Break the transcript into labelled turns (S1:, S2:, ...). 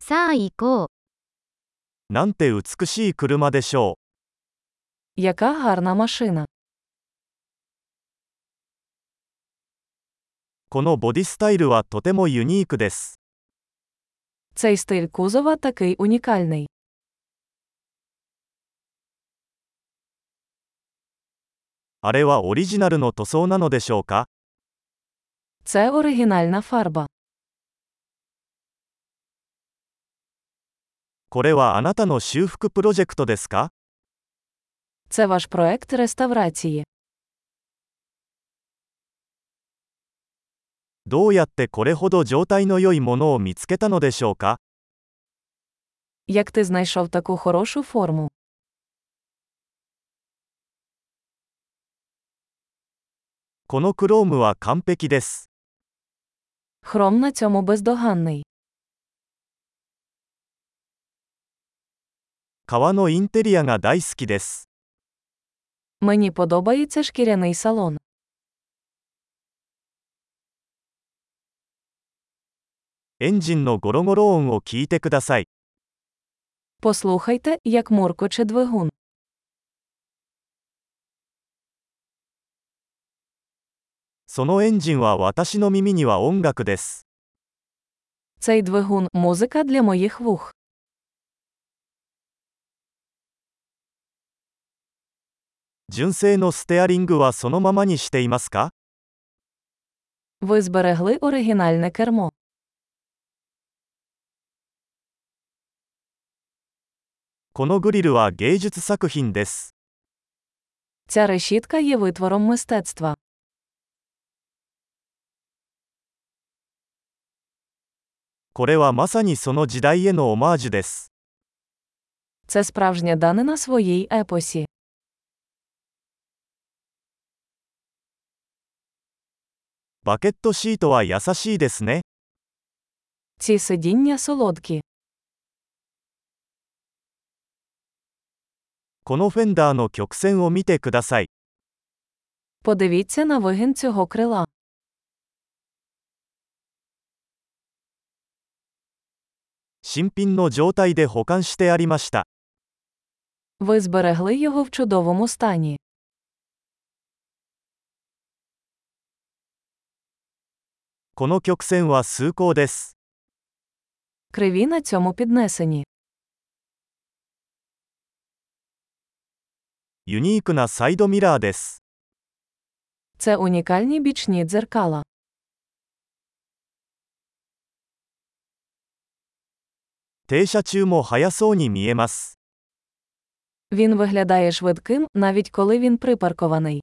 S1: さあ行こう。
S2: なんて美しい車でしょ
S3: Яка гарна машина.
S2: う。このボディスタイルはとてもユニークです。
S3: Цей стиль кузова такий унікальний.
S2: あれはオリジナルの塗装なのでしょうか
S3: Це оригінальна фарба.
S2: これはあなたの修復プロジェクトですか
S3: Це ваш проект реставрації.
S2: どうやってこれほど状態の良いものを見つけたのでしょうか
S3: Як ти знайшов таку хорошу форму?
S2: このクロームは完璧です。
S3: Хром на цьому бездоганний.
S2: 革のインテリアが大好きです。
S3: Мені подобається шкіряний салон.
S2: エンジンのゴロゴロ音を聞いてください。
S3: Послухайте, як муркоче двигун.
S2: そのエンジンは私の耳には音楽です。
S3: Цей двигун музика для моїх вух.
S2: 純正のステアリングはそのままにしていますか
S3: Ви зберегли оригінальне кермо.
S2: このグリルは芸術作品です。
S3: Ця решітка є витвором мистецтва.
S2: これはまさにその時代へのオマージュです。
S3: Це справжня данина своїй епосі.
S2: バケットシートは優しいですね。
S3: Ці сидіння солодкі.
S2: このフェンダーの曲線を見てください。
S3: Подивіться на вигін цього крила.
S2: 新品の状態で保管してありました。
S3: Ви зберегли його в чудовому стані.
S2: この曲線は崇高です。
S3: Криві на цьому піднесені.
S2: ユニークなサイドミラーです。
S3: Це унікальні бічні дзеркала.
S2: 停車中も速そうに見えます。
S3: Він виглядає швидким, навіть коли він припаркований.